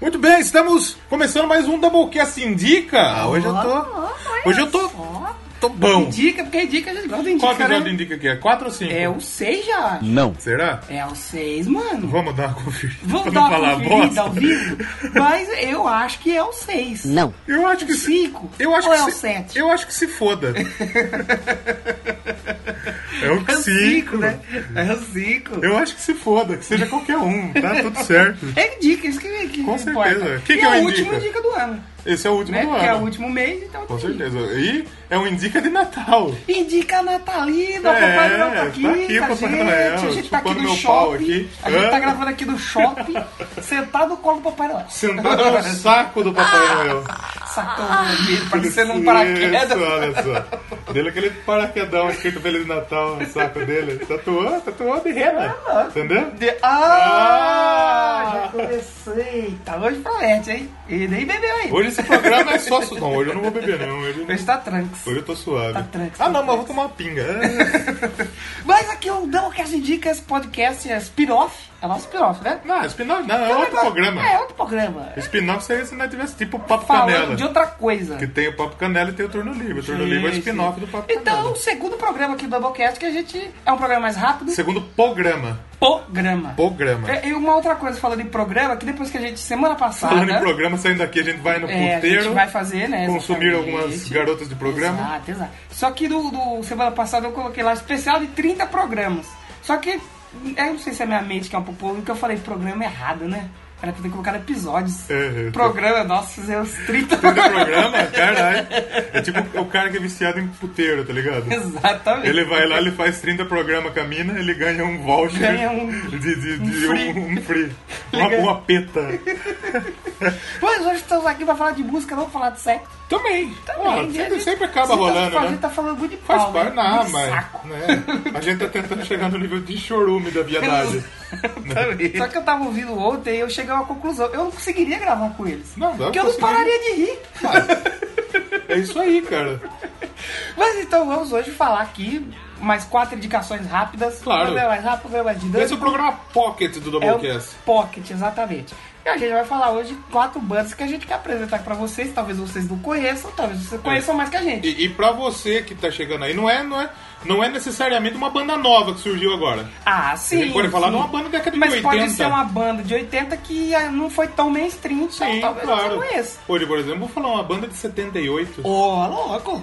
Muito bem, estamos começando mais um Doublecast Indica. Ah, hoje eu tô. tô. Hoje eu tô. Tô bom. Indica, porque indica, a gente gosta de indica. Qual episódio né? indica que é? 4 ou 5? É o 6 já. Não. Será? É o 6, mano. Vamos dar uma conferida. Vamos pra dar não uma falar conferida bosta. ao vivo, mas eu acho que é o 6. Não. Eu acho que se- Cinco? Eu acho Ou que é o se- sete? Eu acho que se foda. é o É o 5, 5, né? É o 5. Eu acho que se foda, que seja qualquer um, tá tudo certo. É indica, isso que, que Com importa. certeza. Que que e é o a indica? última indica do ano, Esse é o último né? do Porque é o ano. último mês, então Com tem indica. certeza. E é um indica de Natal. Indica a Natalina, o É, Papai Noel tá tá aqui, aqui o tá Papai gente, Noel, a gente tá aqui chupando no meu pau shopping, aqui. a gente Hã? tá gravando aqui no shopping, sentado no colo do Papai Noel. Sentado no saco do Ah! Papai Noel. Sacou vermelho, parecendo um Isso, paraquedas. Olha só. Dele é aquele paraquedão escrito Feliz Natal no saco dele. Tatuou, tatuou de É, rena. Entendeu? De- Ah, já comecei. Tá hoje promete, hein? E nem bebeu aí. Hoje esse programa é só su- Não, hoje eu não vou beber, não. Hoje, eu não- Hoje tá tranks. hoje eu tô suave. Tá tranquilo, ah, não, tá mas eu vou tomar uma pinga. É. Mas aqui é o Doublecast Indica, esse podcast é spin-off. É nosso spin-off, né? Não, spin-off não, é outro negócio- programa. É, outro programa. Spin-off seria se nós tivesse tipo o Papo Falando Canela. de outra coisa. Que tem o Papo Canela e tem o Turno Livre. O Turno Livre é o spin-off do Papo Então, Canela. o segundo programa aqui do Doublecast, que a gente... É um programa mais rápido. Segundo programa. Programa. Programa. É, E uma outra coisa, falando em programa, que depois que a gente, semana passada... Falando em programa, saindo daqui a gente vai no né? É, a gente puteiro. vai fazer, né? consumir exatamente. algumas garotas de programa. Exato, exato. Só que do, do- semana passada eu coloquei lá especial de 30 programas. Só que eu não sei se é minha mente que é um pouco que eu falei programa errado, né? Era pra ter colocado episódios. É, é. programa, nossa, fizemos 30 Tem programa, caralho. É tipo o cara que é viciado em puteiro, tá ligado? Exatamente. Ele vai lá, ele faz 30 programas com a mina, ele ganha um voucher. Ganha um- De, de- um de- free. um- um free. Ele Uma, ganha- uma peta. Pois hoje estamos aqui pra falar de música, não falar de sexo. Também. Também, né? A sempre, gente- sempre acaba sempre rolando, fala- A né? gente tá falando muito de Faz pau, né? parte, não, De mas. saco. né? A gente tá tentando chegar no nível de chorume da viadagem. Só que eu tava ouvindo ontem e eu cheguei a uma conclusão. Eu não conseguiria gravar com eles. Não, é não Porque eu não conseguiria. pararia de rir. É isso aí, cara. Mas então vamos hoje falar aqui mais quatro indicações rápidas. Claro. Programa mais rápido, programa mais dinâmico. Esse é o programa Pocket do É o Doublecast. Pocket, exatamente. E a gente vai falar hoje quatro bandas que a gente quer apresentar pra vocês. Talvez vocês não conheçam, talvez vocês conheçam mais que a gente. É. E, e pra você que tá chegando aí, não é, não, é, não é necessariamente uma banda nova que surgiu agora. Ah, A sim. gente pode falar sim. de uma banda da década de Mas 80. pode ser uma banda de 80 que ah, não foi tão mainstream, então Sim, talvez claro. você conheça. Hoje, por exemplo, vou falar uma banda de 78. Ô, louco!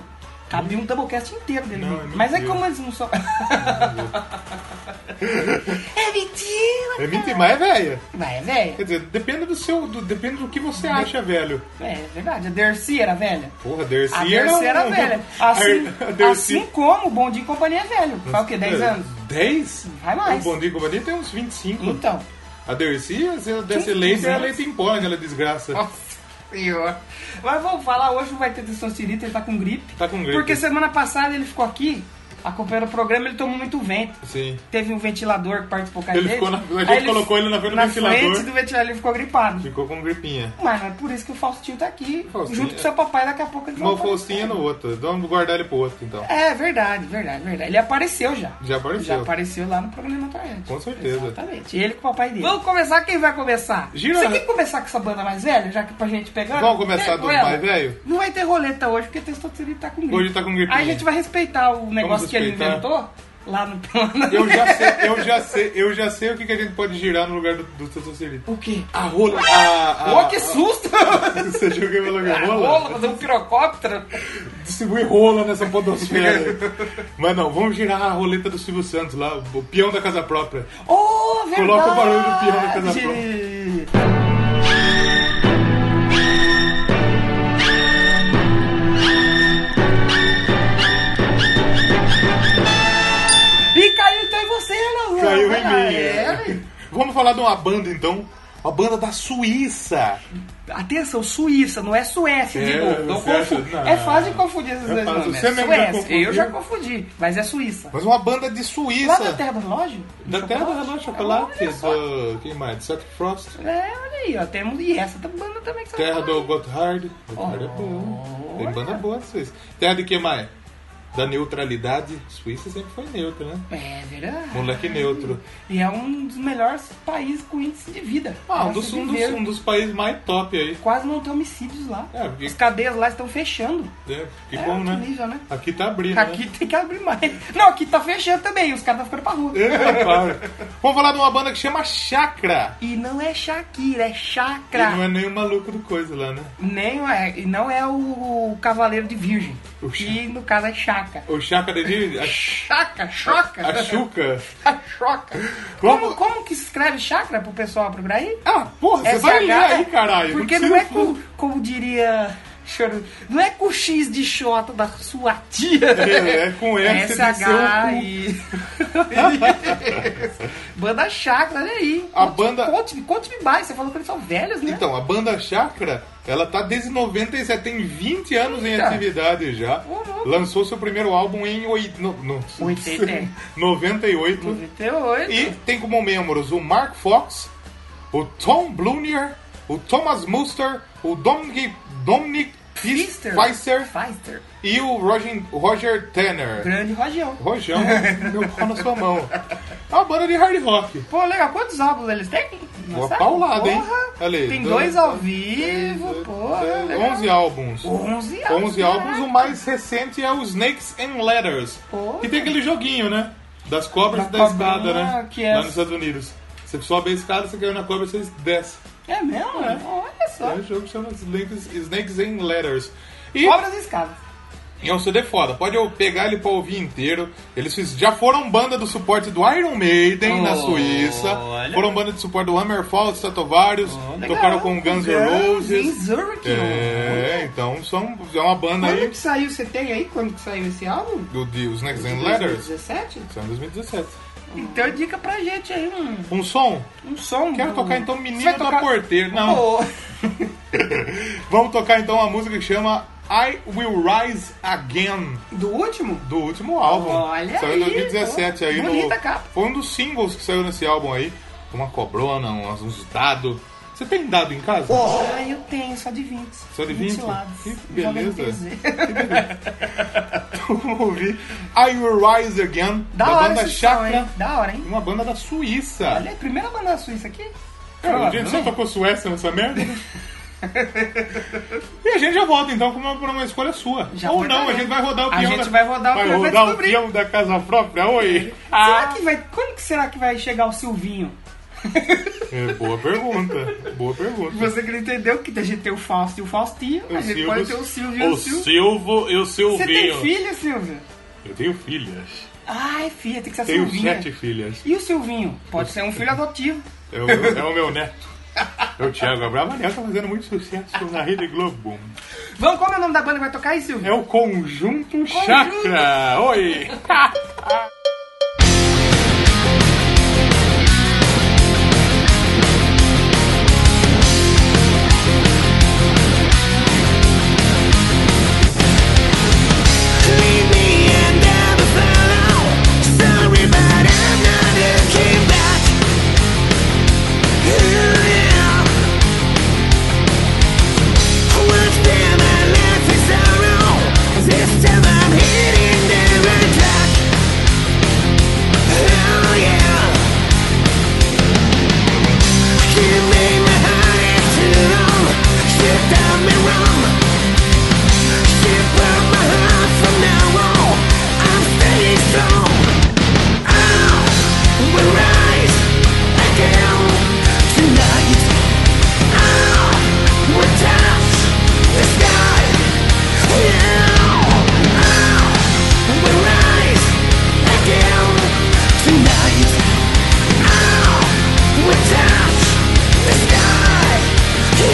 Cabia um doublecast inteiro dele. Não, né? é Mas é mentira. como eles não são. é mentira! É mentira, mas é velha. Vai, velho. Quer dizer, depende do seu. do- depende do que você acha, velho. É, é verdade. A Dercy era velha. Porra, Dercy A era Dercy era um- velha. Assim, A Dercy- assim como o Bondinho e Companhia é velho. Faz o quê? 10 anos? 10? Vai mais. O Bondinho e Companhia tem uns 25. Então. A Dercy, a Zé- Dercy Quem- Leite quem- era leite em pó, aquela é desgraça. Nossa senhora. Mas vamos falar hoje, não vai ter testosterita, ele tá com gripe. Tá com gripe. Porque semana passada ele ficou aqui, acompanhando o programa, ele tomou muito vento. Sim. Teve um ventilador que participou com a Ele gente. ficou na- a Aí gente colocou ele na frente do ventilador. frente do ventilador ele ficou gripado. Ficou com gripinha. Mas não é por isso que o Faustinho tá aqui, Faustinho, junto com é. seu papai, daqui a pouco ele Mas o vai Faustinho é no outro. Vamos guardar ele pro outro, então. É, verdade, verdade, verdade. Ele apareceu já. Já apareceu. Já apareceu lá no programa pra gente. Com certeza. Exatamente. Ele com o papai dele. Vamos começar, quem vai começar? Gira- Você quer começar com essa banda mais velha, já que pra gente pegar? Vamos começar Pega do ela. mais velho? Não vai ter roleta hoje, porque testosterone tá com gripe. Hoje tá com gripinha. Aí a gente vai respeitar o negócio que ele respeitar. inventou lá no... Eu já sei, eu já sei, eu já sei o que, que a gente pode girar no lugar do, do Testosterone. O quê? A rola. A, a, Ô, que susto! Você achou que eu ia falar que é rola? Rola, fazer um pirocóptero. Distribui rola nessa podosfera. Mas não, vamos girar a roleta do Silvio Santos lá, o peão da casa própria. Oh, verdade! Coloca o barulho do piano na casa E caiu então em você, Laura. Caiu em mim. É. Vamos falar de uma banda então. Uma banda da Suíça. Atenção, Suíça, não é Suécia de É, novo. Não você acha- confu- não. É fácil de confundir esses É dois fácil, nomes. você é mesmo já Suécia. confundiu. Eu já confundi, mas é Suíça. Mas uma banda de Lá da Suíça. Terra do Relógio? Da Do terra do chocolate? relógio chocolate. Olha só. Do, quem mais? Do Seth Frost. É, olha aí, ó. Temos. E essa tá- banda também que você Terra vai falar. Oh. do Gotthard. Gotthard é boa. Tem banda boa, vocês. Terra de quem mais? da neutralidade, Suíça sempre foi neutra, né? É verdade. Moleque neutro. E é um dos melhores países com índice de vida. Ah, um Nossa, dos, um dos- viveram. um dos países mais top aí. Quase não tem homicídios lá. É, porque- As cadeias lá estão fechando. É, que É, bom, que né? nível, né? Aqui tá abrindo. Aqui tem que abrir mais. Não, aqui tá fechando também. Os caras estão ficando pra rua. Né? É, claro. Vamos falar de uma banda que chama Chakra. E não é Shakira, é E Chakra. não é nem o maluco do coisa lá, né? Nem é, e não é o, o Cavaleiro de Virgem. O que no caso é Chaka. O Chakra de. A, Chaka, choca. a Chuca. A choca. Vamos- Como, como que se escreve chakra pro pessoal procurar aí? Ah, porra, você SH, vai ler aí, é, caralho. Porque não, precisa- é com, como diria. Choro, não é com o X de Xota da sua tia. É, é com S de SH seu cu. e. Banda Chakra, olha aí. A Conte- banda- Conte-me, conte-me mais. Você falou que eles são velhos, né? Então, a banda Chakra, ela tá desde 97, tem 20 anos em Eita. atividade já. Ô, louco. Lançou seu primeiro álbum em oit- no, no, Oitenta, é. 98. 98. E tem como membros o Mark Fox, o Tom Blunier, o Thomas Muster, o Dominic, Dominic Pfister. Pfizer Pfister. e o Roger, Roger Tanner. Grande Rojão. Rojão, meu pau na sua mão. É uma banda de hard rock. Pô, legal, quantos álbuns eles têm? Uma Nossa, paulada, hein? porra. Olha aí, Tem dois- dois ao vivo, porra. legal. 11 álbuns. 11 álbuns. 11 álbuns, caraca. o mais recente é o Snakes and Letters. Olha. Que tem aquele joguinho, né? Das cobras Da da, escada, cobrinha, né? que é- Lá nos Estados Unidos. Você sobe a escada, você caiu na cobra, você desce. É mesmo? É. Olha só. É um jogo que chama Snakes, Snakes and Letters. E Cobras e escadas. é um CD foda. Pode eu pegar ele pra ouvir inteiro. Eles fiz- já foram banda do suporte do Iron Maiden na Olha. Suíça. Foram banda de suporte do Hammerfall, dos Tatovários. Legal. tocaram com Guns N' Roses. É. Guns N' Roses. É, então são, é uma banda Quando aí. que saiu? Você tem aí quando que saiu esse álbum? Do, de, os Next Gen Letters. 2017? São 2017. Então indica pra gente aí um, Um som? um som. Quero do- tocar então Menino Você vai da tocar- Porteira. Não. Pô, Vamos tocar então uma música que chama I Will Rise Again, do último? do último álbum. Olha saiu aí, em 2017 aí no. bonita capa. Foi um dos singles que saiu nesse álbum aí. Uma cobrona, uns, uns dados. Você tem dado em casa? Ah, eu tenho, só de 20. Oh. Só de 20? lados. Que Joga no beleza. TZ. Vamos ouvir I Will Rise Again, Da, da hora banda esse som, hein? Chakra. Da hora, hein? Uma banda da Suíça. Olha, a primeira banda da Suíça aqui. Cara, a gente só Provavelmente. tocou Suécia nessa merda. né? e a gente já volta então com uma, por uma escolha sua. Já Ou foi não, a também. gente vai rodar o A peão. gente da- vai rodar o vai peão, vai rodar o Ah. descobrir. peão da casa própria. Oi. Será que vai. Quando que será que vai chegar o Silvinho? É, boa pergunta. Boa pergunta. Você que não entendeu que a gente tem o Fausto e o Faustinho, a gente pode ter o Silvio e o o Silvio. Silvo e o Silvinho. Você tem filha, Silvio? Eu tenho filhas. Ai, filha, tem que ser Tenho Silvinha. sete filhas. E o Silvinho? Pode ser um filho adotivo. É o, é o meu neto. É o Thiago Abrava Neto, tá fazendo muito sucesso na Rede Globo. Vamos, qual é o nome da banda que vai tocar aí, Silvio? É o Conjunto Chakra. Oi. Oh, Wrong.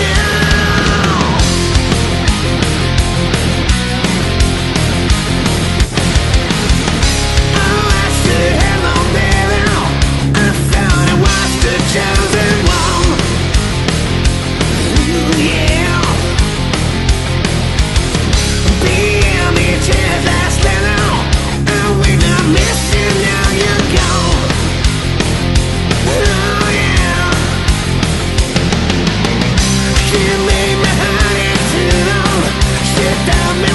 Yeah!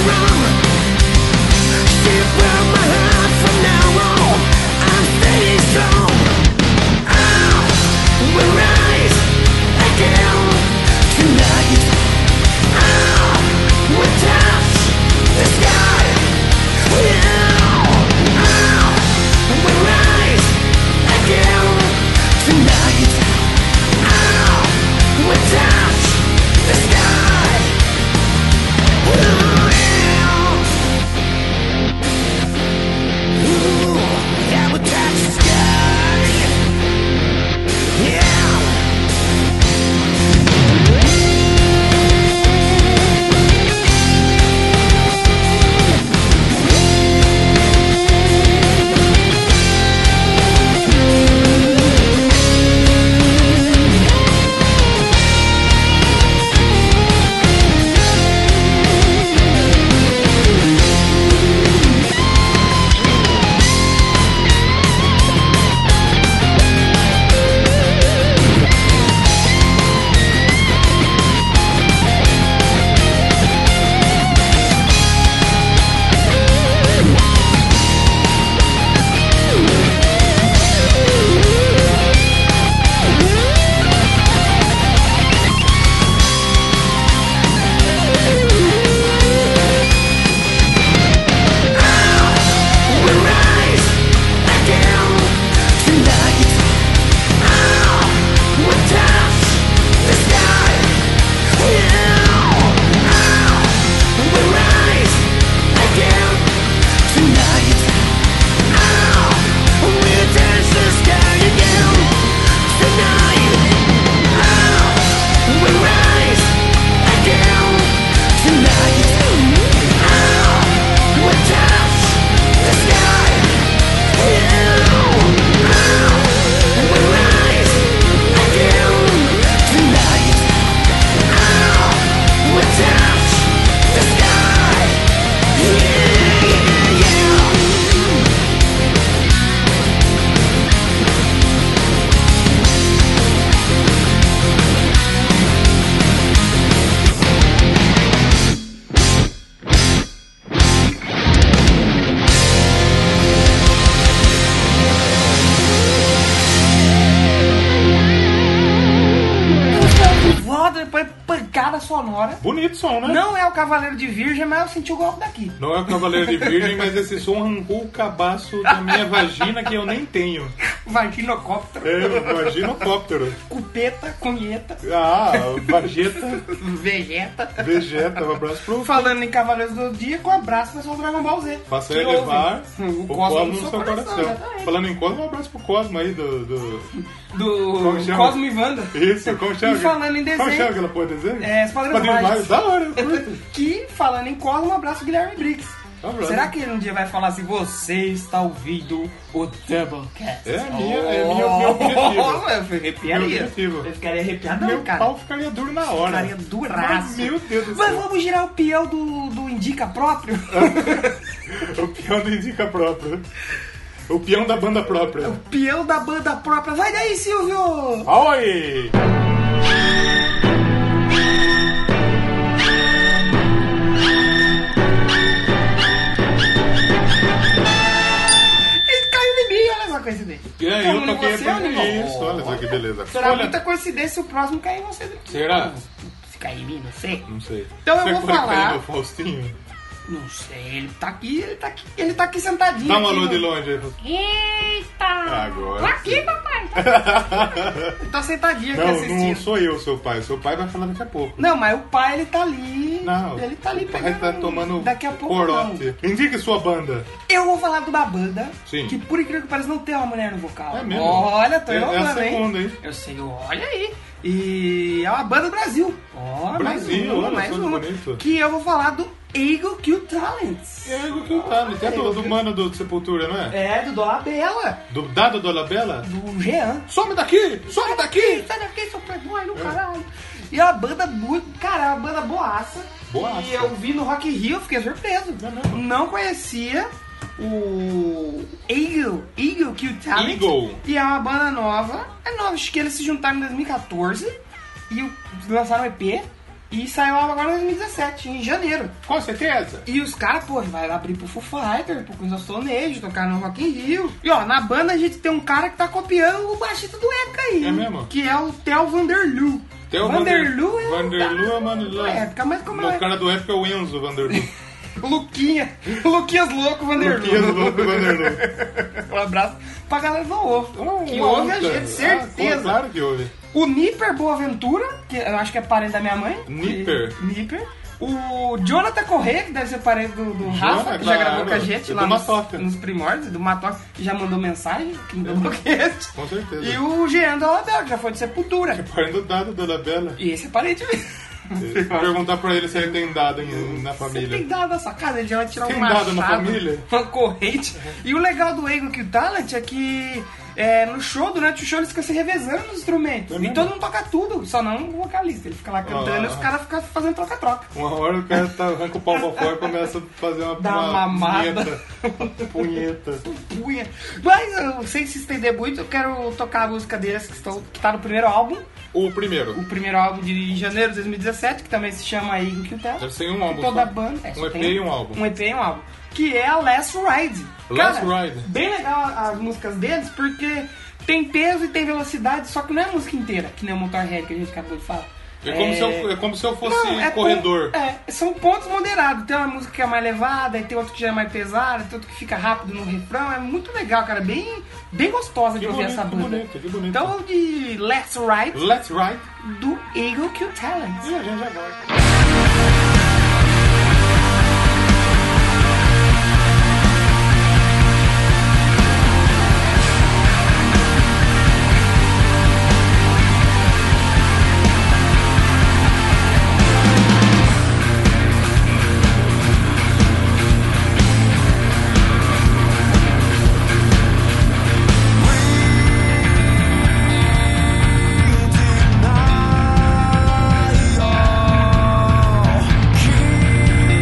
Wrong. Shit, Oh, oh, Oh, pancada sonora. Bonito som, né? Não é o Cavaleiro de Virgem, mas eu senti o golpe daqui. Não é o Cavaleiro de Virgem, mas esse som arrancou o cabaço da minha vagina que eu nem tenho. Vaginocóptero, É, vaginocóptero. cupeta, cunheta, Ah, vageta, vegeta. vegeta, um abraço pro... Falando em Cavaleiros do dia, com abraço pessoal do Dragon Ball Z. Faça que elevar ouve o Cosmo no seu coração. exatamente. Falando em Cosmo, um abraço pro Cosmo aí do... do... Como Do chama? Cosmo e Wanda. Isso, como chama? E falando em Como desenho. chama aquela porra de desenho? É, os Padrinhos Padrinhos Mágicos. Mágicos, Da hora, eu curto. Que, falando em Cosmo, um abraço Guilherme Briggs. Um abraço. Será que ele um dia vai falar assim, você está ouvindo o Doublecast? É a minha- é a minha- meu objetivo. Eu arrepiaria. Meu objetivo. Eu ficaria arrepiado, Meu Oh! não, cara. pau ficaria duro na hora. Ficaria duraço. Mas, meu Deus do Mas céu. vamos girar o peão do, do Indica próprio? O peão da indica própria. O peão da banda própria. o peão da banda própria. Vai daí, Silvio! Oi! Ele caiu em mim, olha só a coincidência. E aí, eu Como em toquei você, pra olha em mim. Isso, olha só que beleza. Será Olha- muita coincidência o próximo cair em você. né? Será? Se cair em mim, não sei. Não sei. Então eu Será vou que pode cair falar. no Faustinho? Não sei, ele tá aqui, ele tá aqui, ele tá aqui sentadinho. Dá um aqui, Tá alô no- de longe aí. Faustinho. Eita! Agora Tô sim. aqui, papai! tá Ele tá sentadinho aqui Não, assistindo. não sou eu, seu pai. Seu pai vai falar daqui a pouco. Não, mas o pai ele tá ali. Não, ele tá ali o pai pegando- tá tomando Daqui a pouco. corote. Indique sua banda. não. Eu vou falar de uma banda Sim. que, por incrível que pareça, não tem uma mulher no vocal. É mesmo? Olha, tô É- é a inovando, segunda, hein? hein? Eu sei, olha aí. E é uma banda do Brasil. Ó, mais Brasil, uma, olha mais só que uma. bonito. Que eu vou falar do Eagle Kill Talents. É o que eu falo. Tem do, do mano do Sepultura, não é? É, do Dolabella, Do Dado Dolabella? do Jean. Some daqui! Some daqui! Sai daqui, seu é playboy do caralho. E a banda muito. Cara, é uma banda boaça. Boaça. E eu vi no Rock in Rio, fiquei surpreso. É mesmo? Não conhecia o Eagle, Eagle Kill Talent. Eagle. E é uma banda nova. É nova, acho que eles se juntaram em 2014 e lançaram um EP. E saiu agora em 2017, em janeiro. Com certeza. E os caras, pô, vai abrir pro Foo Fighters, pro Queens of Stone Age, tocar no Rock in Rio. E ó, na banda a gente tem um cara que tá copiando o baixista do Epica aí. É mesmo? Que é o Theo Vanderloo. Theo Vanderloo é o Vanderloo cara é o mano do lá. Epica, mas como é? O cara do Epic é o Enzo Vanderloo. Luquinha. Luquinhas Louco Vanderloo. Luquinhas Louco Vanderloo. Um abraço pra galera do Ovo. que Uma ouve a outra. gente, Ah, certeza. claro que ouve. O Nipper Boaventura, que eu acho que é parente da minha mãe. Nipper? E- Nipper. O Jonathan Corrêa, que deve ser parente do, do Rafa, que já claro. gravou com a gente E lá do nos, Matoca. Uhum. nos primórdios, do Matoca, que já mandou mensagem, que me deu boquete. Com certeza. E o Jean Dolabel, que já foi de Sepultura. Pai do Dado Dolabella. E esse é parente mesmo. Perguntar pra ele se ele tem dado em- na Você tem família. dado na sua casa, ele já vai tirar Tem um dado machado, na família? uma corrente. E o legal do Eagle Kill Talent é que é, no show, durante o show, eles ficam se revezando nos instrumentos. É e mesmo? todo mundo toca tudo, só não o vocalista. Ele fica lá cantando e os Ah. caras ficam fazendo troca-troca. Uma hora o cara tá, arranca o pau pra fora e começa a fazer uma, Dá uma uma mamada. punheta. punheta. Punha. Mas eu, sem se estender muito, eu quero tocar a música deles que, estão, que tá no primeiro álbum. O primeiro. O primeiro álbum de janeiro de 2017, que também se chama Eagle Kill Talent. Deve ser um álbum. Toda a só. banda. é, Um só EP tem e um álbum. Um EP e um álbum. Que é a Last Ride. Last Cara, Ride. Bem legal as músicas deles, porque tem peso e tem velocidade, só que não é música inteira, que nem o Motorhead que a gente acabou de falar. É, como se eu, é como se eu fosse Não, é corredor. pon- é, são pontos moderados. Tem uma música que é mais levada, aí tem outra que já é mais pesada, tem outra que fica rápido no refrão. É muito legal, cara. Bem, bem gostosa Que de ouvir bonito, essa que banda. bonito, que bonito. Então, de Last Ride, Let's Ride. do Eagle Kill Talent. E a gente já volta. Thank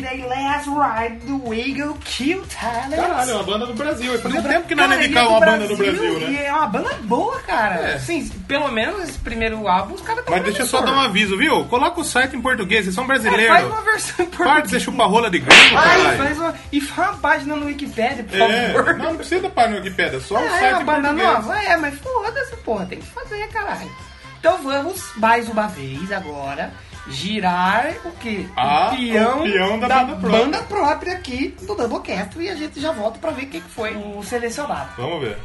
Ride the Wiggle Kill Tyler. Caralho, é uma banda do Brasil. E fazia tempo que não é era indicava uma banda do Brasil, né? E é uma banda boa, cara. É. Sim, prelo menos esse primeiro álbum, os caras tão Mas deixa eu só dar um aviso, viu? Coloca o site em português, vocês são É, brasileiros. faz uma versão Para em de português. ser chupa-rola de gringo, Faz, caralho. faz uma... E faz uma página no Wikipedia, por É, favor. não precisa parar no Wikipedia, só o É, site uma em banda português. nova. É, mas foda-se, porra. Tem que fazer, caralho. Então vamos, mais uma vez, agora, girar o quê? Ah, o peão, o peão da banda própria. banda própria aqui do Doublecast. E a gente já volta pra ver quem que foi o selecionado. Vamos ver.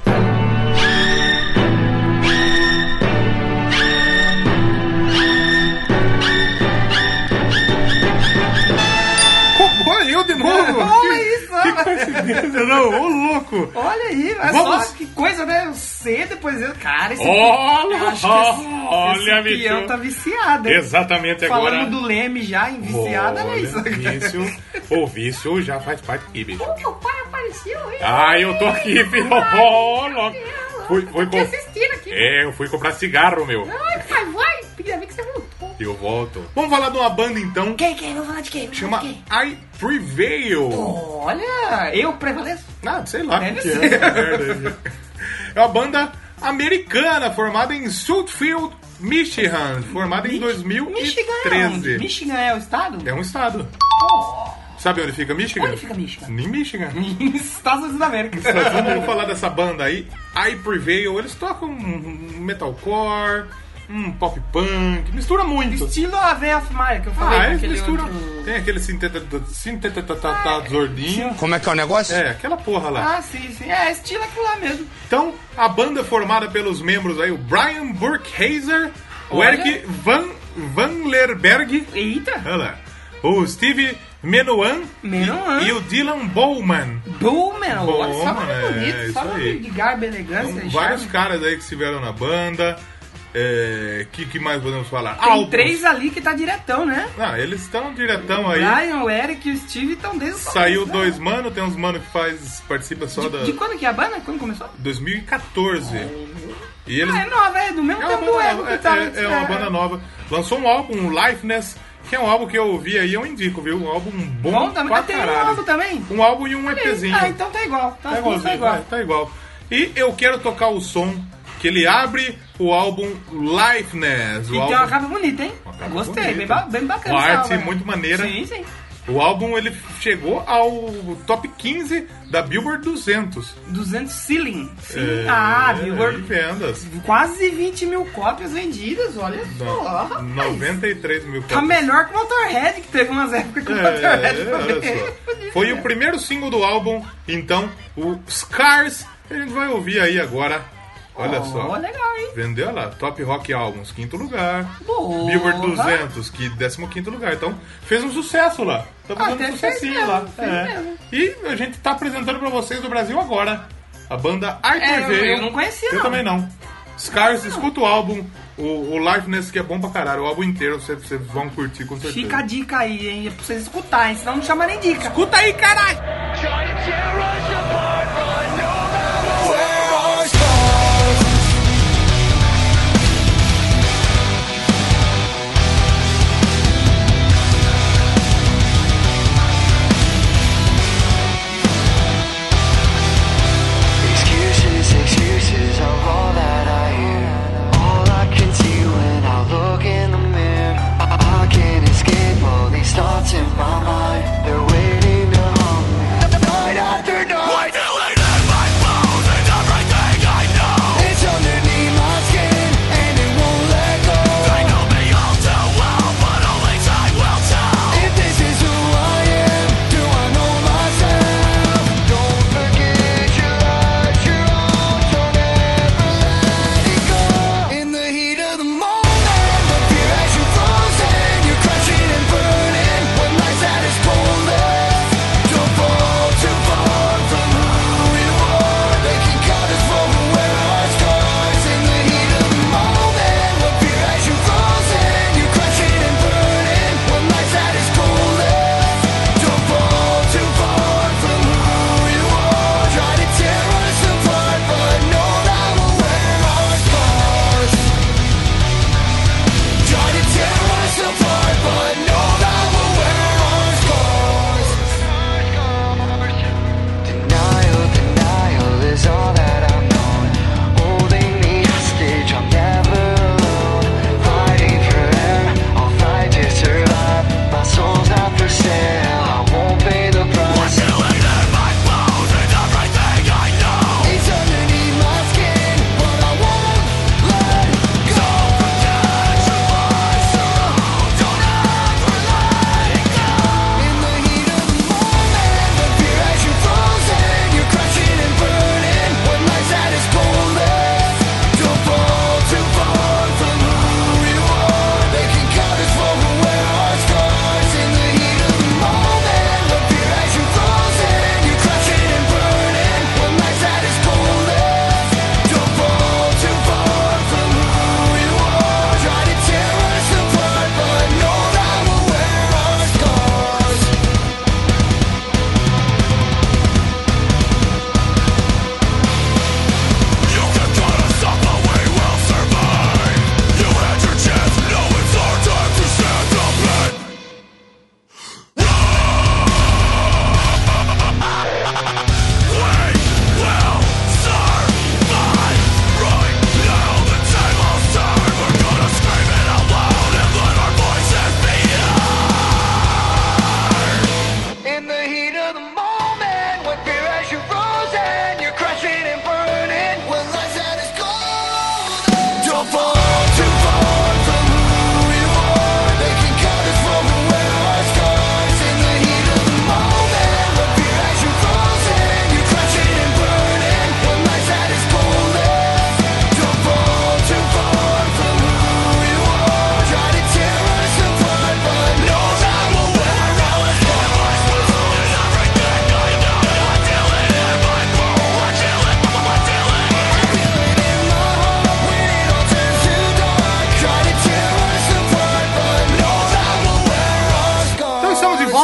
Cowboy, eu de novo? É, Olha isso, Que rapaz. coincidência, não? Ô, louco! Olha aí, olha Vamos- só que coisa, né? Você depois eu, cara, esse Olha, eu acho que esse, olha, esse peão bicho. tá viciado. hein? Exatamente agora. Falando do Leme já, em viciada, olha isso. Vício, o vício já faz parte aqui, bicho. Meu pai apareceu, hein? Ah, eu tô aqui, filho. Ô, louco. Fui, fui Tô com... assistindo aqui. É, eu fui comprar cigarro, meu. Ai, vai, vai. Ainda bem que você voltou. Eu volto. Vamos falar de uma banda, então, que Quem, quem? Vamos falar de quem? Vamos chama falar de quem? Oh. I Prevail. Olha, eu prevaleço. Ah, sei lá Deve o que é ser. essa merda aí. É uma banda americana formada em Southfield, Michigan, formada em Mi- Michigan. 2013. Michigan é o estado? É um estado. Oh, Sabe onde fica Michigan? Onde fica Michigan? Em Michigan. Estados Unidos da América. Mas vamos falar dessa banda aí, I Prevail. Eles tocam um metalcore, um pop punk, mistura muito. Estilo a VF Maia, que eu falei. Ah, eles naquele misturam. outro- Tem aquele sintetizadorzinho. Como é que é o negócio? tá, É, aquela porra lá. Ah, sim, sim. É, estilo aquilo lá mesmo. Então, a banda é formada pelos membros aí, o Brian Burkhazer, o Olha. Eric Van, Van Lerberg, Eita, olha lá, o Steve Menuan Menuan. e, e o Dylan Bowman. Boomer. Bom, Olha só nome é, bonito, só isso nome aí. de garba, Então, elegância. e vários charme. caras aí que estiveram na banda. É, que, que mais podemos falar? Tem Álbuns. três ali que tá diretão, né? Ah, eles estão diretão aí. Brian, o Eric e o Steve estão desde o Saiu começo, dois mano, tem uns mano que faz participa só da né? De quando que é a banda? Quando começou? 2014. E eles Ah, é nova, é do mesmo É uma tempo do banda Ego nova, que é, tá. é- é uma banda nova. Lançou um álbum, Lifeness, que é um álbum que eu ouvi aí, eu indico, viu? Um álbum bom, Bom também. pra Ah, tem um caralho. álbum também? Um álbum e um EPzinho. Ah, então tá igual. Tá, tá igual, tá igual. tá igual. E eu quero tocar o som que ele abre o álbum Lifeness. O E álbum... tem uma capa bonita, hein? Uma capa Gostei, bonita. bem, ba- bem bacana. Uma essa arte aula. muito maneira. Sim, sim. O álbum ele chegou ao top 15 da Billboard 200. 200 ceiling. Sim. É, ah, em Billboard. vendas. Quase 20 mil cópias vendidas, olha só. No- rapaz. 93 mil Tá cópias. melhor que o Motorhead, que teve umas épocas que o Motorhead É, olha só. foi Foi o primeiro single do álbum, então, o Scars, que a gente vai ouvir aí agora. Olha Ó, só. legal, hein? Vendeu olha lá, Top Rock Albums, quinto lugar. Boa. Billboard 200, que 15 lugar. Então, fez um sucesso lá. Tá fazendo Até um fez sucessinho mesmo, lá. fez É. mesmo. E a gente tá apresentando pra vocês do Brasil agora. A banda Arthur É, eu- Veio. eu não conhecia, Eu não. também não. Scars, escuta o álbum. O, o Liveness, que é bom pra caralho. O álbum inteiro, vocês vocês vão curtir com certeza. Fica a dica aí, hein? É pra vocês escutarem, senão não chama nem dica. Escuta aí, caralho! Excuses, excuses are all that I hear. All I can see when I look in the mirror. I, I can't escape all these thoughts in my mind. They're waiting to haunt me. Night after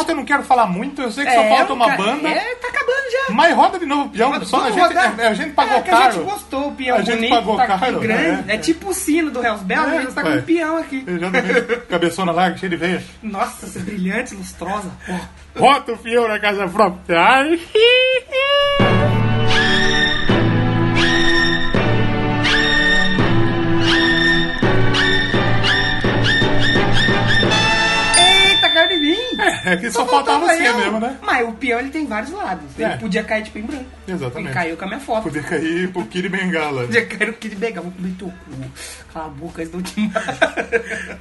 Então, não quero falar muito, eu sei que só É, falta o uma cara- banda. É, tá acabando já. Mas roda de novo o peão, Mas só a vamos gente, rodar. é, a gente pagou é, que caro. A gente gostou, o peão A gente bonito, pagou tá aqui caro, grande. né? É. tipo o sino do Hells Bell, É, a gente tá pai. com o peão aqui. Eu já tô vendo Cabeçona larga, cheia de veia. Nossa, essa brilhante, lustrosa. Porra. Bota o peão na casa própria. Ai. Eita, caiu de mim! É que só faltava você eu. mesmo, né? Mas o peão, ele tem vários lados. É. Ele podia cair, tipo, em branco. Exatamente. Ele caiu com a minha foto. Poder cair pro Kiri Bengala. Podia cair o que de pegar. Vou comer teu cu. Cala a boca, eles não te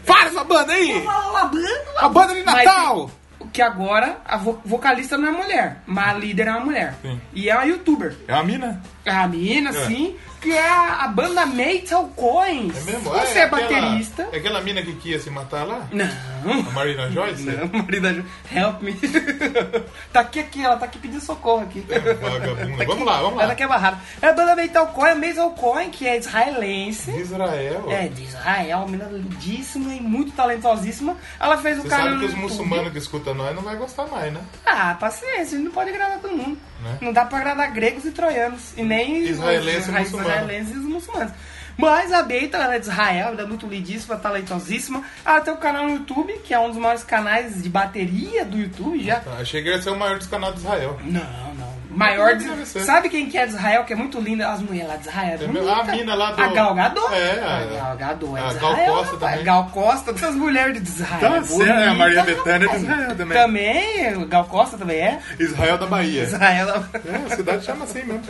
Fala essa banda aí! Falando, A banda de Natal! Que agora a vo- vocalista não é mulher, mas a líder é uma mulher. Sim. E é uma youtuber. É uma mina? É a menina, É. sim, que é a, a banda Metal Coins. Você é, baterista. Ah, É aquela mina que ia se matar lá? Não. A Marina Joyce? Não, marido, ajuda. help me. tá aqui, aqui, ela tá aqui pedindo socorro aqui. Vagabunda. É, Vamos lá, vamos lá. Ela quer barrada. É a banda Metal Coin, a Metal Coin, que é israelense. Israel. É, de Israel, uma menina lindíssima e muito talentosíssima. Ela fez o Você cara. sabe que os no muçulmanos que escutam nós não vai gostar mais, né? YouTube. Ah, paciência, a gente não pode agradar todo mundo. Né? Não dá pra agradar gregos e troianos. E nem Israelense os e isra- muçulmano. israelenses e os muçulmanos. Mas a Beita, ela é de Israel, ela é muito lindíssima, talentosíssima. Ela tem um canal no YouTube, que é um dos maiores canais de bateria do YouTube já. Tá, achei que ia ser o maior dos canais de Israel. Não, não. Maior de... Deve ser. Sabe quem que é de Israel, que é muito linda? As mulheres lá de Israel. É É mesmo? A mina lá do- A Gal Gadot. É, a- a Gal Gadot é a de Gal Israel, Costa rapaz. também. Gal Costa, essas mulheres de Israel. Tá certo, Bonita, a Maria Bethânia é de rapaz. Israel também. Também, Gal Costa também é. Israel da Bahia. Israel. É, a cidade chama assim mesmo.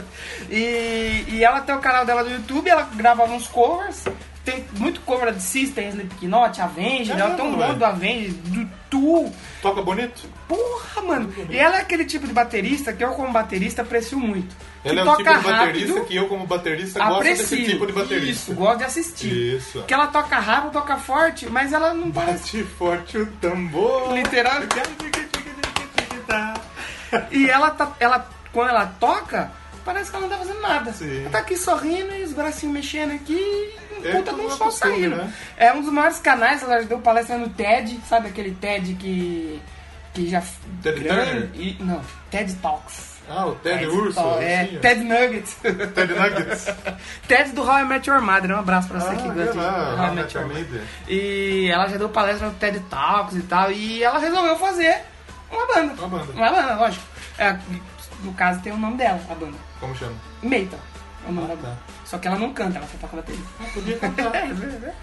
E, e ela tem o canal dela do YouTube, ela gravava uns covers. Tem muito cover de System, Slipknot, Avenged. Ela tem um Caramba, monte velho. do Avenged, do Tu. Toca bonito? Porra, mano. E ela é aquele tipo de baterista que eu, como baterista, aprecio muito. Ela que é o toca tipo de rápido, baterista que eu, como baterista, gosto aprecio. desse tipo de baterista. Isso, gosto de assistir. Isso. Que ela toca rápido, toca forte, mas ela não parece Bate forte o tambor. literal. E ela tá. Ela, quando ela toca, parece que ela não tá fazendo nada. Sim. Ela tá aqui sorrindo e os bracinhos mexendo aqui e um É, puta de tudo um uma som costume, saindo. né? É um dos maiores canais, ela já deu palestra no TED, sabe aquele TED que. que já. TED Turner? e, Não, TED Talks. Ah, o Ted Urso. Talks, É, assim, ó. TED Nuggets. Ted Nuggets. TED do How I Met Your Mother. Um abraço pra você Ah, que que gosta de lá, How I How I Met Met Your Your Mother. Mother. E ela já deu palestra no TED Talks e tal. E ela resolveu fazer uma banda. Uma banda. Uma banda, lógico. É, no caso tem o nome dela, a banda. Como chama? Meita. É o nome da tá. Ah, banda. Só que ela não canta, ela só toca bateria. Podia cantar.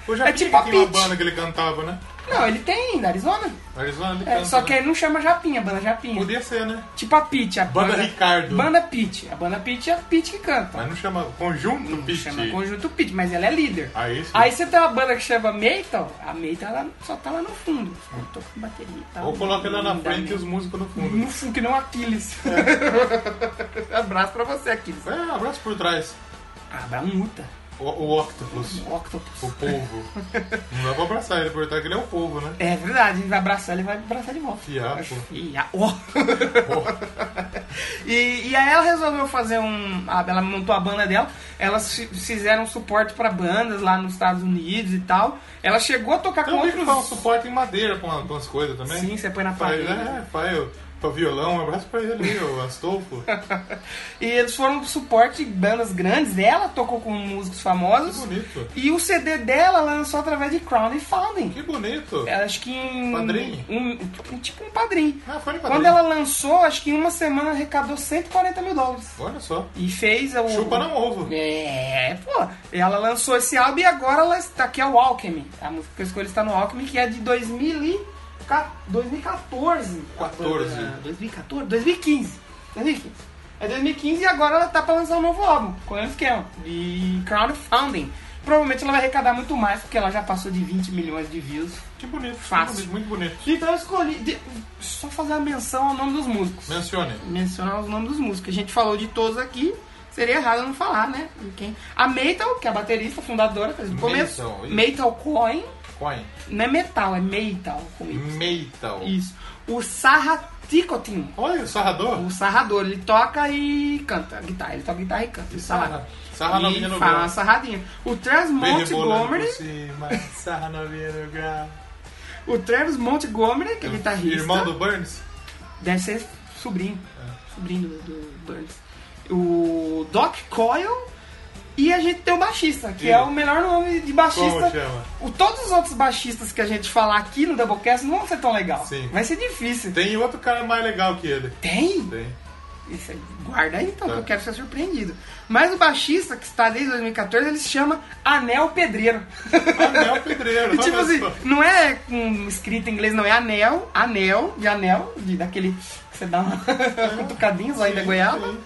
Eu já É vi tipo a que tinha uma Pitty. banda que ele cantava, né? Não, ele tem ainda, Arizona. Arizona, ele É, canta, só né? que ele não chama Japinha, banda Japinha. Podia ser, né? Tipo a Pitty, a Banda banda. Ricardo. Banda Pitty. A banda Pitty é a Pitty que canta. Mas não chama conjunto Pitty. Chama Conjunto Pit, mas ela é líder. Aí sim. você tem uma banda que chama Metal, a Metal ela só tá lá no fundo. Eu tô com bateria e tal. Ou coloca ela na frente e os os músicos no fundo. No fundo, que não Aquiles. Abraço pra você, Aquiles. Ah, um É, abraço por trás. Abra muta. O, o Octopus. Octopus. O polvo. Não dá pra abraçar ele por trás, que ele é o polvo, né? É verdade, ele vai abraçar, ele vai abraçar de volta. Fiapo. Fia- ó. e, e aí ela resolveu fazer um. a- Ela montou a banda dela. Elas fi- fizeram um suporte pra bandas lá nos Estados Unidos e tal. Ela chegou a tocar Tem com um livro que dá um outros. suporte em madeira com, a- com as coisas também. Sim, você põe na Faz, parede. é, faz o, o violão, um abraço pra ele, o Astolfo. E eles foram um suporte de bandas grandes. Ela tocou com músicos famosos. Que bonito. E o CD dela lançou através de crowdfunding. Que bonito. Acho que em. Padrinho? Um, tipo um padrinho. Ah, foi no Quando ela lançou, acho que em uma semana arrecadou 140 mil dólares. Olha só. E fez o. Chupa não ovo. É, pô. Ela lançou esse álbum e agora ela está aqui é o Alchemy. A música que eu escolhi está no Alchemy, que é de 2000 e ca- 2014. 14. Ah, 2014? 2015. 2015. É 2015 e agora ela tá pra lançar um novo álbum, com o mesmo esquema, de crowdfunding. Provavelmente ela vai arrecadar muito mais, porque ela já passou de 20 milhões de views. Que bonito. que Fácil. bonito, Muito bonito. Então eu escolhi. de- só fazer a menção ao nome dos músicos Mencione. mencionar os nomes dos músicos. A gente falou de todos aqui, seria errado eu não falar, né? Em Quem? A Metal, que é a baterista, fundadora, que a gente começou. Metal, isso. Metal Coin, Coin. não é metal, é metal. com Y. Metal. Isso. O Sarra Ticotin, Olha o sarrador. o sarrador, ele toca e canta guitarra, ele toca guitarra e canta. E sarra. sarra. Sarra na minha e no fala assim, um grau. uma sarradinha. O Trans Vem rebolando Montgomery, por cima, Sarra na minha no grau. o Travis Montgomery, que é guitarrista. Irmão do Burns? Deve ser sobrinho. É. Sobrinho do, do Burns. O Doc Coyle e a gente tem o baixista, que Sim. é o melhor nome de Como baixista. chama? O, todos os outros baixistas que a gente falar aqui no Doublecast não vão ser tão legal. Sim. Vai ser difícil. Tem outro cara mais legal que ele. Tem? Tem. Isso aí, guarda aí então, Tá. que eu quero ser surpreendido. Mas o baixista, que está desde 2014, ele se chama Anel Pedreiro. Anel É Pedreiro. E tipo olha assim, só. não é com escrita em inglês, não, é anel, anel, de anel, de, daquele que você dá uma cutucadinha, ainda da sim, goiaba. sim.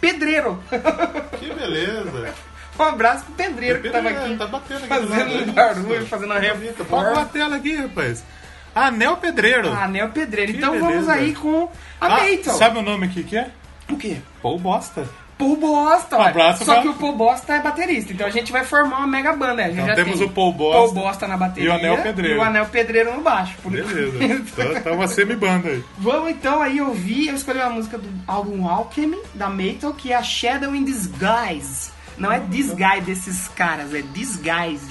Pedreiro. Que beleza. um abraço pro pedreiro que tava Pedreiro, aqui. Tá batendo aqui do lado, Fazendo um isso. barulho, fazendo uma Bonito. Pode reforma. bater ela aqui, rapaz. Anel Pedreiro. Anel pedreiro. Que Então vamos beleza. aí com a Ah, Peyton. Sabe o nome aqui que é? o quê? Paul Bosta. Paul Bosta, ué. Um abraço Só pra- que o Paul Bosta é baterista, então a gente vai formar uma mega banda. A gente Então já temos tem o Paul Bosta Paul Bosta na bateria e o Anel Pedreiro. e o Anel Pedreiro no baixo. Por- Beleza. tá, tá uma semi-banda aí. Vamos então aí ouvir, eu escolhi uma música do álbum Alchemy, da Metal, que é a Shadow in Disguise. Não é Disguise desses caras, é Disguise.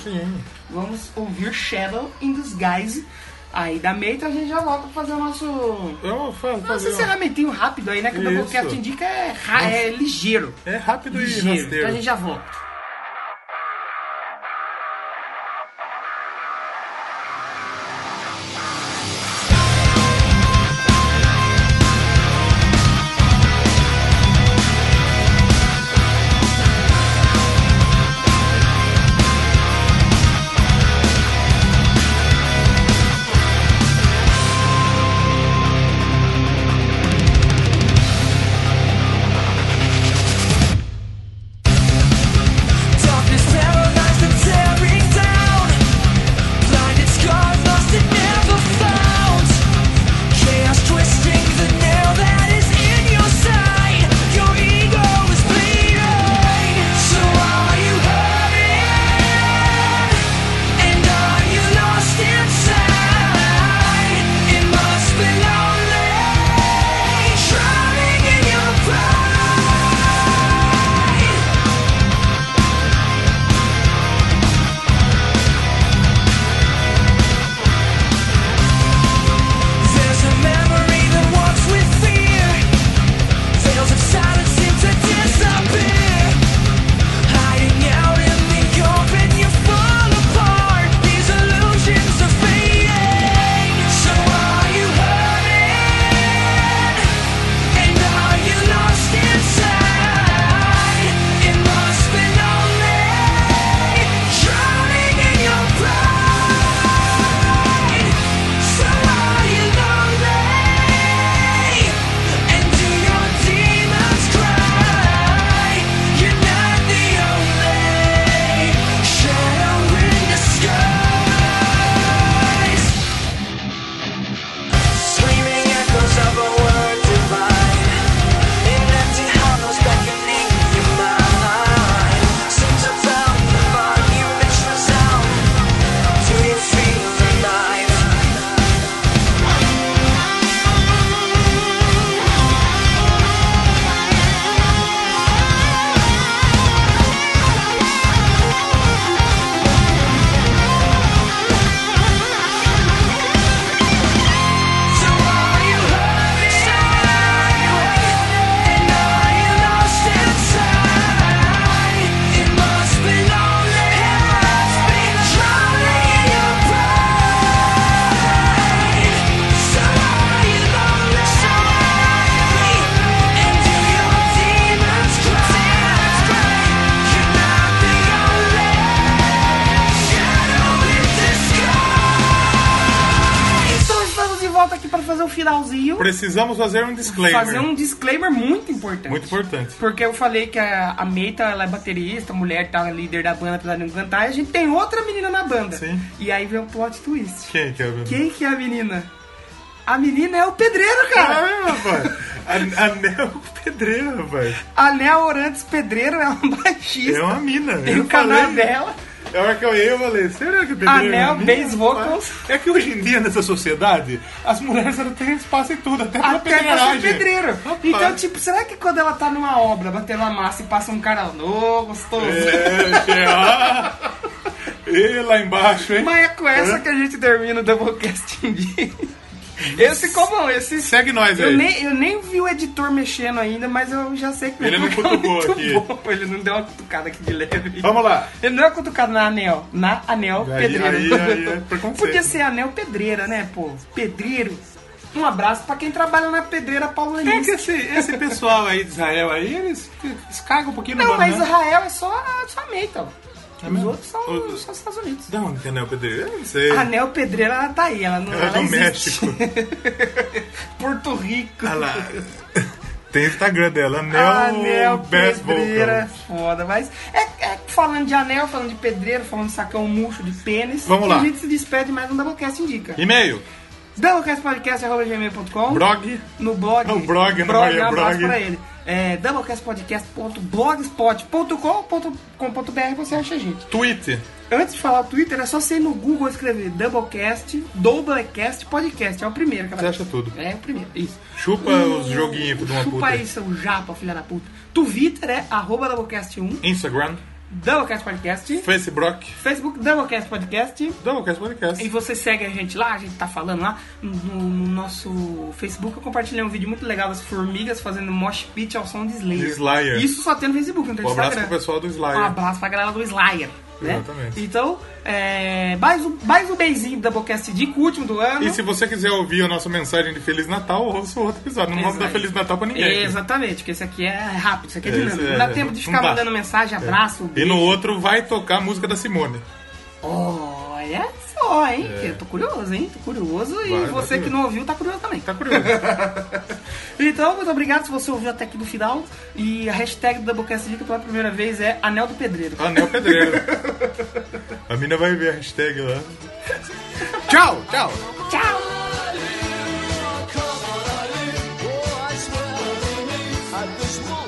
Vamos ouvir Shadow in Disguise. Aí da Metal a gente já volta pra fazer o nosso... Vamos fa- Nosso fazer um- encerramentinho rápido aí, né? Que o Isso. Doublecast indica é, ra- é ligeiro. É rápido e Ligeiro. Então a rasteiro. gente já volta. Darkness paralyzed and tearing down. Blinded scars lost and never found. Chaos twisting the nail that is in your side. Your ego is bleeding. So are you hurting? And are you lost inside? It must be lonely, drowning in your pride. There's a memory that walks with fear. Veils of silence seem to disappear. Hiding out in the open, you fall apart. These illusions are fading. So are you hurting? And are you lost inside? It must be lonely, drowning in your pride. So are you lonely? And do your demons cry? You're not the only shadow in disguise. Screaming echoes of a word divine In empty hollows beckoning your mind Seems to found the fog you miss resound Do you feel alive? So are you hurting? And are you lost inside? It must be lonely. It must be drowning in your pride. So are you lonely? And do your demons cry? You're not the only shadow Então in disguise. estamos de volta aqui para fazer o finalzinho. Precisamos fazer um disclaimer. Fazer um disclaimer muito importante. Muito importante. Porque eu falei que a, a Meita, ela é baterista, mulher, tá líder da banda, apesar de não cantar. E a gente tem outra menina na banda. Sim. E aí vem o plot twist. Quem que é o Quem que é a menina? A menina é o pedreiro, cara. Caramba, Ah, rapaz. A- Anel Pedreiro, rapaz. A Léa Orantes Pedreiro é uma baixista. É uma mina. Tem eu o canal falei. dela. É hora que eu olhei, eu falei, será que o pedreiro Anel, é uma mina? bass vocals. É que hoje em dia, nessa sociedade, as mulheres elas têm espaço em tudo, até pra Até pra ser pedreiragem. pedreiro. Rapaz. Então, tipo, será que quando ela tá numa obra, batendo a massa e passa um cara novo, gostoso? É, que é, ah. E lá embaixo, hein? É. Mas é com essa que a gente termina o Doublecast Indie. Esse ficou bom, esse. Segue nós Eu aí. nem, eu nem vi o editor mexendo ainda, mas eu já sei que Ele não ficou cutucou muito aqui. bom. Ele não deu uma cutucada aqui de leve. Vamos lá. Ele não é cutucado na anel, na anel Aí- pedreira. aí- aí é preconceito. Podia ser anel pedreira, né, pô? Pedreiro. Um abraço pra quem trabalha na pedreira paulanista. É que esse, esse pessoal aí de Israel aí, eles, eles cagam um pouquinho no Não, nome, mas né? É Israel é só, só Metal. Os mesmo? outros são Os- só os Estados Unidos. Não, não tem anel é, né, pedreiro, eu não sei. A Anel Pedreira, ela tá aí, ela não Ela é ela do existe. México. Porto Rico. Olha lá. Tem o Instagram dela, Anel, Anel Best Pedreira, Vocal. foda, mas é, é falando de anel, falando de pedreiro, falando de sacão murcho de pênis. Vamos lá. A gente se despede mais um Doublecast Indica. E-mail, Doublecastpodcast.gmail.com blog, No blog. Não, blog, não, Maria, um abraço blog. pra ele. É doublecastpodcast.blogspot.com.br você acha a gente. Twitter. Antes de falar o Twitter, é só você ir no Google escrever Doublecast, Doublecast Podcast. É o primeiro que Você acha tudo. É o primeiro, isso. Chupa os joguinhos de uma Chupa puta. aí, seu japa, filha da puta. Twitter é arroba Doublecast1, Instagram, Doublecast Podcast, Facebook, Facebook Doublecast Podcast. Doublecast E Podcast. você segue a gente lá, a gente tá falando lá no, no nosso Facebook. Eu compartilhei um vídeo muito legal das formigas fazendo mosh pit ao som de Slayer. De Slayer. Isso só tem no Facebook, não tem Um no abraço Instagram. pro pessoal do Um Slayer. abraço pra galera do Slayer. Né? Exatamente. Então, é, mais, um, mais um beijinho do Doublecast Dico, último do ano. E se você quiser ouvir a nossa mensagem de Feliz Natal, ouça o outro episódio. Não vamos dar Exato. Feliz Natal pra ninguém. Exatamente, porque esse aqui é rápido, isso aqui é É, isso dinâmico. é, não dá é, tempo de não ficar dá. mandando mensagem, abraço, E beijo. no outro vai tocar a música da Simone. Olha só, hein? Eu tô curioso, hein? Tô curioso e É. Vai, você vai que ver. não ouviu tá curioso também. Tá curioso. Então, muito obrigado se você ouviu até aqui do final. E a hashtag do Doublecast Dica pela primeira vez é Anel do Pedreiro. Anel Pedreiro. A mina vai ver a hashtag lá. Tchau, tchau. I swear, I just want